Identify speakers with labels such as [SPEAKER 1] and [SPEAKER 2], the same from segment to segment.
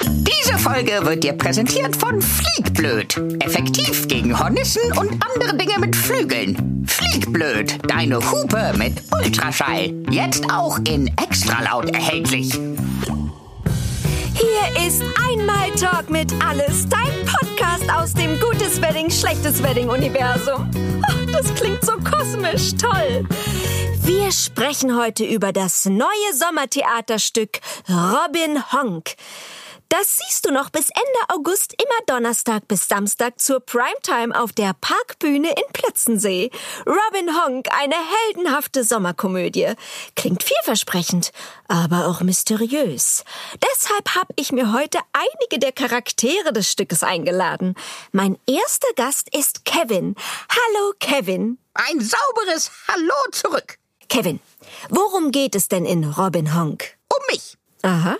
[SPEAKER 1] Diese Folge wird dir präsentiert von Fliegblöd. Effektiv gegen Hornissen und andere Dinge mit Flügeln. Fliegblöd, deine Hupe mit Ultraschall. Jetzt auch in Extralaut erhältlich.
[SPEAKER 2] Hier ist einmal Talk mit Alles, dein Podcast aus dem Gutes Wedding, Schlechtes Wedding-Universum. Oh, das klingt so kosmisch toll. Wir sprechen heute über das neue Sommertheaterstück Robin Honk. Das siehst du noch bis Ende August immer Donnerstag bis Samstag zur Primetime auf der Parkbühne in Plötzensee. Robin Honk, eine heldenhafte Sommerkomödie. Klingt vielversprechend, aber auch mysteriös. Deshalb habe ich mir heute einige der Charaktere des Stückes eingeladen. Mein erster Gast ist Kevin. Hallo Kevin.
[SPEAKER 1] Ein sauberes Hallo zurück.
[SPEAKER 2] Kevin, worum geht es denn in Robin Honk?
[SPEAKER 1] Um mich.
[SPEAKER 2] Aha.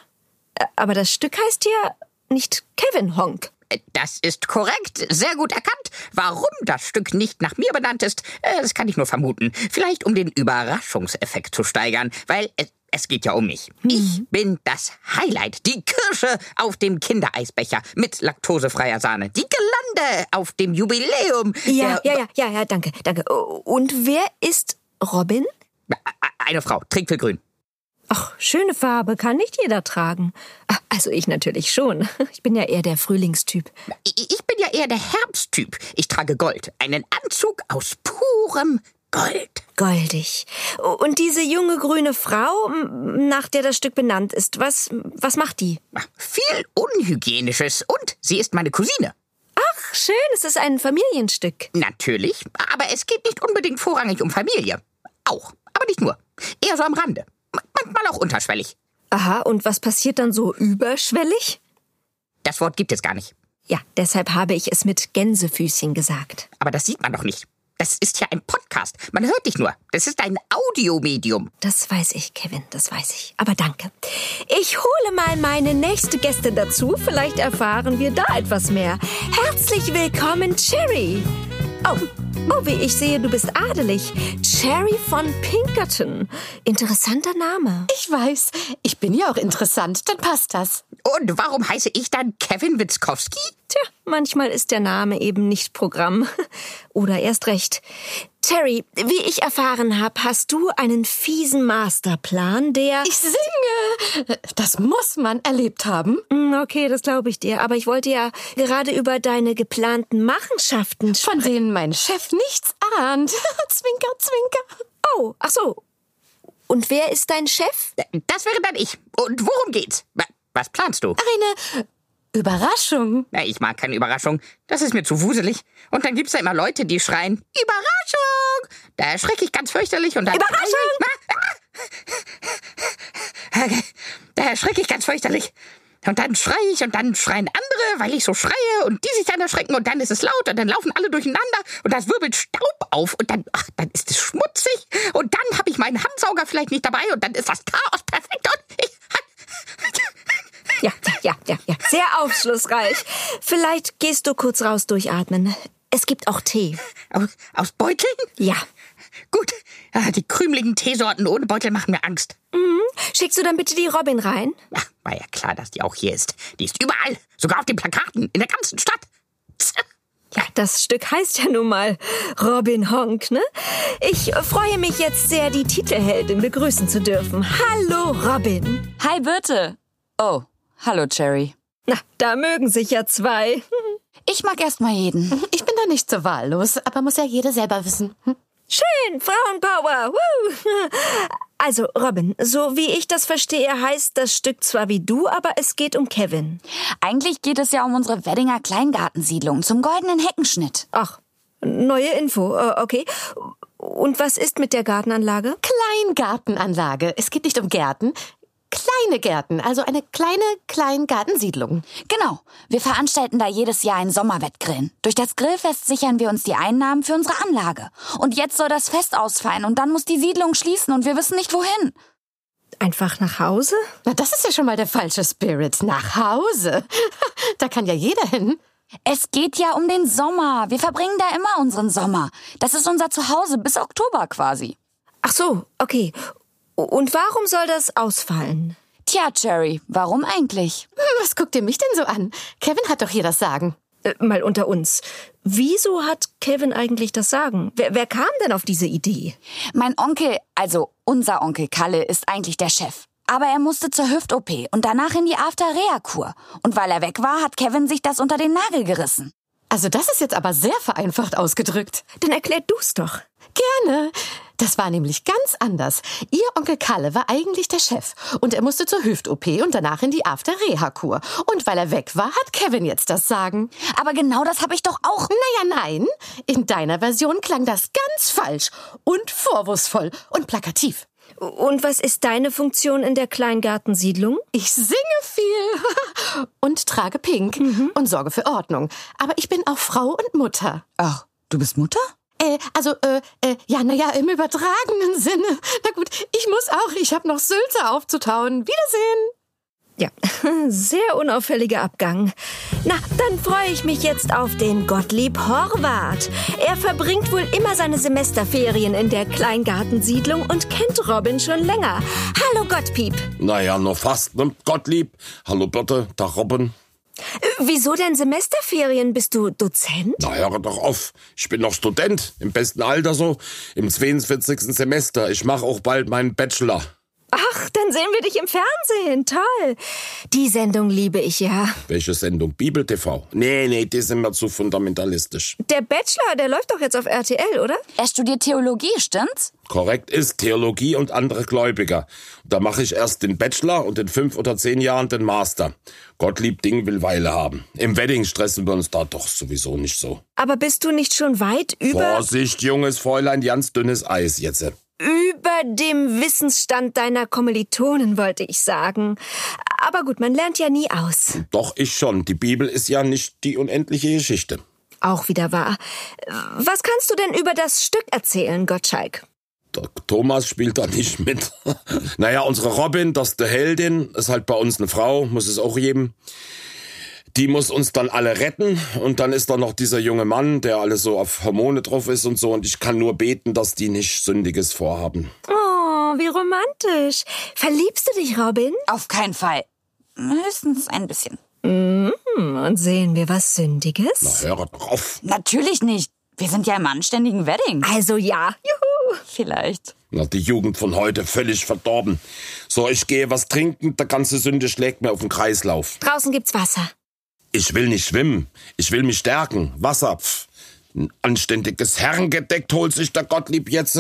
[SPEAKER 2] Ä- Aber das Stück heißt ja nicht Kevin Honk.
[SPEAKER 1] Äh, Das ist korrekt, sehr gut erkannt. Warum das Stück nicht nach mir benannt ist, äh, das kann ich nur vermuten. Vielleicht um den Überraschungseffekt zu steigern, weil es, es geht ja um mich.
[SPEAKER 2] Hm.
[SPEAKER 1] Ich bin das Highlight, die Kirsche auf dem Kindereisbecher mit laktosefreier Sahne, die Gelande auf dem Jubiläum.
[SPEAKER 2] Ja,
[SPEAKER 1] der-
[SPEAKER 2] ja, ja, ja, ja, danke, danke. Oh, Und wer ist Robin?
[SPEAKER 1] Ä- Eine Frau, trinkt viel Grün.
[SPEAKER 2] Ach, schöne Farbe, kann nicht jeder tragen. Ah, Also ich natürlich schon. Ich bin ja eher der Frühlingstyp.
[SPEAKER 1] I- Ich bin ja eher der Herbsttyp. Ich trage Gold, einen Anzug aus purem Gold.
[SPEAKER 2] Goldig. Oh, Und diese junge grüne Frau, m- nach der das Stück benannt ist, was, was macht die?
[SPEAKER 1] Viel Unhygienisches und sie ist meine Cousine.
[SPEAKER 2] Ach, schön, es ist ein Familienstück.
[SPEAKER 1] Natürlich, aber es geht nicht unbedingt vorrangig um Familie. Auch, aber nicht nur. Eher so am Rande. M- Manchmal auch unterschwellig.
[SPEAKER 2] Aha, und was passiert dann so überschwellig?
[SPEAKER 1] Das Wort gibt es gar nicht.
[SPEAKER 2] Ja, deshalb habe ich es mit Gänsefüßchen gesagt.
[SPEAKER 1] Aber das sieht man doch nicht. Das ist ja ein Podcast. Man hört dich nur. Das ist ein Audiomedium.
[SPEAKER 2] Das weiß ich, Kevin, das weiß ich. Aber danke. Ich hole mal meine nächste Gäste dazu. Vielleicht erfahren wir da etwas mehr. Herzlich willkommen, Cherry. Oh, oh, wie ich sehe, du bist adelig. Cherry von Pinkerton. Interessanter Name.
[SPEAKER 3] Ich weiß, ich bin ja auch interessant, dann passt das.
[SPEAKER 1] Und warum heiße ich dann Kevin Witzkowski?
[SPEAKER 2] Tja, manchmal ist der Name eben nicht Programm. Oder erst recht. Terry, wie ich erfahren habe, hast du einen fiesen Masterplan, der...
[SPEAKER 3] Ich singe. Das muss man erlebt haben.
[SPEAKER 2] Hm, Okay, das glaube ich dir. Aber ich wollte ja gerade über deine geplanten Machenschaften. sch-
[SPEAKER 3] Von denen mein Chef nichts ahnt. zwinker, zwinker.
[SPEAKER 2] Oh, ach so. Und wer ist dein Chef?
[SPEAKER 1] Das wäre dann ich. Und worum geht's? Wa- Was planst du?
[SPEAKER 3] Eine Überraschung.
[SPEAKER 1] Na, ich mag keine Überraschung. Das ist mir zu wuselig. Und dann gibt's da immer Leute, die schreien, Überraschung! Da erschrecke ich ganz fürchterlich und dann... ah! Überraschung! Da erschrecke ich ganz fürchterlich. Und dann schreie ich und dann schreien andere, weil ich so schreie und die sich dann erschrecken und dann ist es laut und dann laufen alle durcheinander und das wirbelt Staub auf und dann, ach, dann ist es schmutzig und dann habe ich meinen Handsauger vielleicht nicht dabei und dann ist das Chaos perfekt und ich...
[SPEAKER 2] Ja, ja, ja, ja. Sehr aufschlussreich. Vielleicht gehst du kurz raus durchatmen. Es gibt auch Tee.
[SPEAKER 1] Aus, aus Beuteln?
[SPEAKER 2] Ja.
[SPEAKER 1] Gut, Ah, die krümeligen Teesorten ohne Beutel machen mir Angst.
[SPEAKER 2] Schickst du dann bitte die Robin rein?
[SPEAKER 1] Ach, war ja klar, dass die auch hier ist. Die ist überall, sogar auf den Plakaten, in der ganzen Stadt. Tz,
[SPEAKER 2] Ja, das Stück heißt ja nun mal Robin Honk, ne? Ich freue mich jetzt sehr, die Titelheldin begrüßen zu dürfen. Hallo, Robin.
[SPEAKER 4] Hi Birte. Oh, hallo Cherry.
[SPEAKER 2] Na, da mögen sich ja zwei.
[SPEAKER 4] Ich mag erstmal jeden.
[SPEAKER 3] Mhm, Ich bin da nicht so wahllos, aber muss ja jeder selber wissen. Hm.
[SPEAKER 2] Schön, Frauenpower. Woo. Also, Robin, so wie ich das verstehe, heißt das Stück zwar wie du, aber es geht um Kevin.
[SPEAKER 4] Eigentlich geht es ja um unsere Weddinger Kleingartensiedlung zum goldenen Heckenschnitt.
[SPEAKER 2] Ach, neue Info. Äh, Okay. Und was ist mit der Gartenanlage?
[SPEAKER 3] Kleingartenanlage. Es geht nicht um Gärten. Kleine Gärten, also eine kleine Kleingartensiedlung.
[SPEAKER 4] Genau. Wir veranstalten da jedes Jahr ein Sommerwettgrillen. Durch das Grillfest sichern wir uns die Einnahmen für unsere Anlage. Und jetzt soll das Fest ausfallen und dann muss die Siedlung schließen und wir wissen nicht wohin.
[SPEAKER 2] Einfach nach Hause?
[SPEAKER 3] Na, das ist ja schon mal der falsche Spirit. Nach Hause. Da kann ja jeder hin. Hm,
[SPEAKER 4] Es geht ja um den Sommer. Wir verbringen da immer unseren Sommer. Das ist unser Zuhause bis Oktober quasi.
[SPEAKER 2] Ach so, okay. Und warum soll das ausfallen?
[SPEAKER 4] Tja, Cherry, warum eigentlich?
[SPEAKER 3] Was guckt ihr mich denn so an? Kevin hat doch hier das Sagen.
[SPEAKER 2] Äh, mal unter uns. Wieso hat Kevin eigentlich das Sagen? Wer, wer kam denn auf diese Idee?
[SPEAKER 4] Mein Onkel, also unser Onkel Kalle, ist eigentlich der Chef. Aber er musste zur Hüft-OP und danach in die After-Rea-Kur. Und weil er weg war, hat Kevin sich das unter den Nagel gerissen.
[SPEAKER 3] Also das ist jetzt aber sehr vereinfacht ausgedrückt.
[SPEAKER 2] Dann erklärt du's doch.
[SPEAKER 3] Gerne. Das war nämlich ganz anders. Ihr Onkel Kalle war eigentlich der Chef und er musste zur Hüft-OP und danach in die After-Reha-Kur. Und weil er weg war, hat Kevin jetzt das Sagen.
[SPEAKER 4] Aber genau das habe ich doch auch.
[SPEAKER 3] Naja, nein. In deiner Version klang das ganz falsch und vorwurfsvoll und plakativ.
[SPEAKER 2] Und was ist deine Funktion in der Kleingartensiedlung?
[SPEAKER 3] Ich singe viel und trage pink
[SPEAKER 4] Mhm.
[SPEAKER 3] und sorge für Ordnung. Aber ich bin auch Frau und Mutter.
[SPEAKER 4] Ach, du bist Mutter?
[SPEAKER 3] Äh, also, äh, äh, ja, naja, im übertragenen Sinne. Na gut, ich muss auch. Ich habe noch Sülze aufzutauen. Wiedersehen.
[SPEAKER 2] Ja, sehr unauffälliger Abgang. Na, dann freue ich mich jetzt auf den Gottlieb Horvath. Er verbringt wohl immer seine Semesterferien in der Kleingartensiedlung und kennt Robin schon länger. Hallo Gottpiep. Äh,
[SPEAKER 5] Naja, nur fast, ne? Gottlieb. Hallo Birte, Tag Robin.
[SPEAKER 2] Wieso denn Semesterferien? Bist du Dozent?
[SPEAKER 5] Na, höre doch auf. Ich bin noch Student, im besten Alter so, im 42. Semester. Ich mache auch bald meinen Bachelor.
[SPEAKER 2] Ach, dann sehen wir dich im Fernsehen. Toll. Die Sendung liebe ich ja.
[SPEAKER 5] Welche Sendung? Bibel TV? Nee, nee, die sind mir zu fundamentalistisch.
[SPEAKER 2] Der Bachelor, der läuft doch jetzt auf RTL, oder?
[SPEAKER 4] Er studiert Theologie, stimmt's?
[SPEAKER 5] Korrekt ist Theologie und andere Gläubiger. Da mache ich erst den Bachelor und in fünf oder zehn Jahren den Master. Gottlieb Ding will Weile haben. Im Wedding stressen wir uns da doch sowieso nicht so.
[SPEAKER 2] Aber bist du nicht schon weit über
[SPEAKER 5] Vorsicht, junges Fräulein, ganz dünnes Eis jetzt.
[SPEAKER 2] über dem Wissensstand deiner Kommilitonen, wollte ich sagen. Aber gut, man lernt ja nie aus.
[SPEAKER 5] Doch ich schon. Die Bibel ist ja nicht die unendliche Geschichte.
[SPEAKER 2] Auch wieder wahr. Was kannst du denn über das Stück erzählen, Gottschalk?
[SPEAKER 5] Der Thomas spielt da nicht mit. naja, unsere Robin, das ist die Heldin, ist halt bei uns eine Frau, muss es auch geben. Die muss uns dann alle retten und dann ist da noch dieser junge Mann, der alles so auf Hormone drauf ist und so und ich kann nur beten, dass die nicht Sündiges vorhaben.
[SPEAKER 2] Oh, wie romantisch. Verliebst du dich, Robin?
[SPEAKER 4] Auf keinen Fall. Höchstens ein bisschen.
[SPEAKER 2] Hm, und sehen wir was
[SPEAKER 5] Na,
[SPEAKER 2] Sündiges?
[SPEAKER 5] höre doch auf.
[SPEAKER 4] Natürlich nicht. Wir sind ja im anständigen Wedding.
[SPEAKER 2] Also ja. Juhu.
[SPEAKER 4] Vielleicht.
[SPEAKER 5] Na, die Jugend von heute völlig verdorben. So, ich gehe was trinken, der ganze Sünde schlägt mir auf den Kreislauf.
[SPEAKER 2] Draußen gibt's Wasser.
[SPEAKER 5] Ich will nicht schwimmen. Ich will mich stärken. Wasser. Pf. Ein anständiges Herrengedeck holt sich der Gottlieb jetzt.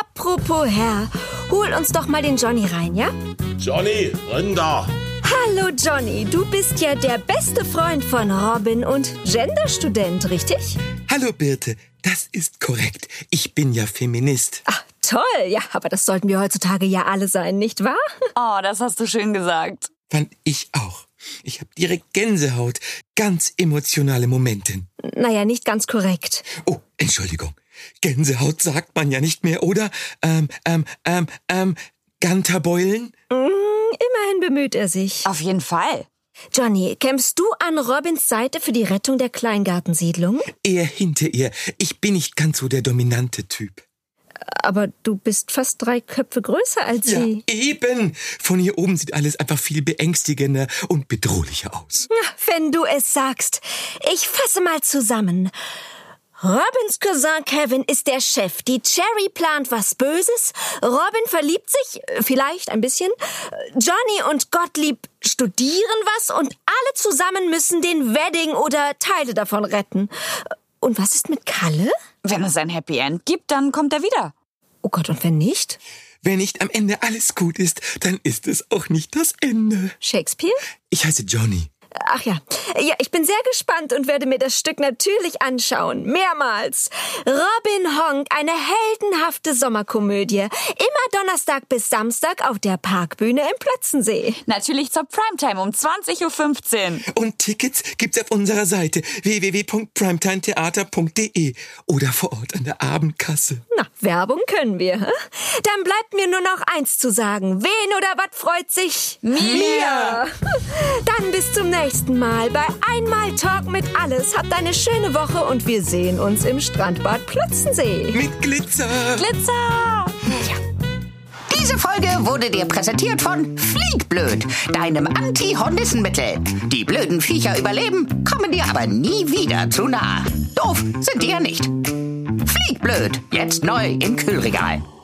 [SPEAKER 2] Apropos Herr, hol uns doch mal den Johnny rein, ja?
[SPEAKER 5] Johnny, Rinder.
[SPEAKER 2] Hallo Johnny, du bist ja der beste Freund von Robin und Genderstudent, richtig?
[SPEAKER 6] Hallo Birte, das ist korrekt. Ich bin ja Feminist.
[SPEAKER 2] Ach, toll. Ja, aber das sollten wir heutzutage ja alle sein, nicht wahr?
[SPEAKER 4] Oh, das hast du schön gesagt.
[SPEAKER 6] Fand ich auch. Ich habe direkt Gänsehaut. Ganz emotionale Momente.
[SPEAKER 2] Naja, nicht ganz korrekt.
[SPEAKER 6] Oh, Entschuldigung. Gänsehaut sagt man ja nicht mehr, oder? Ähm, ähm, ähm, ähm, Ganterbeulen?
[SPEAKER 2] Immerhin bemüht er sich.
[SPEAKER 4] Auf jeden Fall.
[SPEAKER 2] Johnny, kämpfst du an Robins Seite für die Rettung der Kleingartensiedlung?
[SPEAKER 6] Eher hinter ihr. Ich bin nicht ganz so der dominante Typ.
[SPEAKER 2] Aber du bist fast drei Köpfe größer als
[SPEAKER 6] Ja,
[SPEAKER 2] sie.
[SPEAKER 6] eben. Von hier oben sieht alles einfach viel beängstigender und bedrohlicher aus.
[SPEAKER 2] Na, wenn du es sagst. Ich fasse mal zusammen. Robins Cousin Kevin ist der Chef. Die Cherry plant was Böses. Robin verliebt sich, äh, vielleicht ein bisschen. Johnny und Gottlieb studieren was und alle zusammen müssen den Wedding oder Teile davon retten. Und was ist mit Kalle?
[SPEAKER 4] Wenn es ein Happy End gibt, dann kommt er wieder.
[SPEAKER 2] Oh Gott, und wenn nicht?
[SPEAKER 6] Wenn nicht am Ende alles gut ist, dann ist es auch nicht das Ende.
[SPEAKER 2] Shakespeare?
[SPEAKER 6] Ich heiße Johnny.
[SPEAKER 2] Ach ja. Ja, ich bin sehr gespannt und werde mir das Stück natürlich anschauen. Mehrmals. Robin Honk, eine heldenhafte Sommerkomödie. Immer Donnerstag bis Samstag auf der Parkbühne im Plötzensee.
[SPEAKER 4] Natürlich zur Primetime um 20.15 Uhr.
[SPEAKER 6] Und Tickets gibt's auf unserer Seite www.primetimetheater.de oder vor Ort an der Abendkasse.
[SPEAKER 2] Na, Werbung können wir. hä? Dann bleibt mir nur noch eins zu sagen. Wen oder was freut sich? Mir! Dann bis zum nächsten Mal bei Einmal Talk mit Alles. Habt eine schöne Woche und wir sehen uns im Strandbad Plötzensee.
[SPEAKER 6] Mit Glitzer!
[SPEAKER 4] Glitzer!
[SPEAKER 1] Die Diese Folge wurde dir präsentiert von Fliegblöd, deinem Anti-Hornissenmittel. Die blöden Viecher überleben, kommen dir aber nie wieder zu nah. Doof sind die ja nicht. Fliegblöd, jetzt neu im Kühlregal.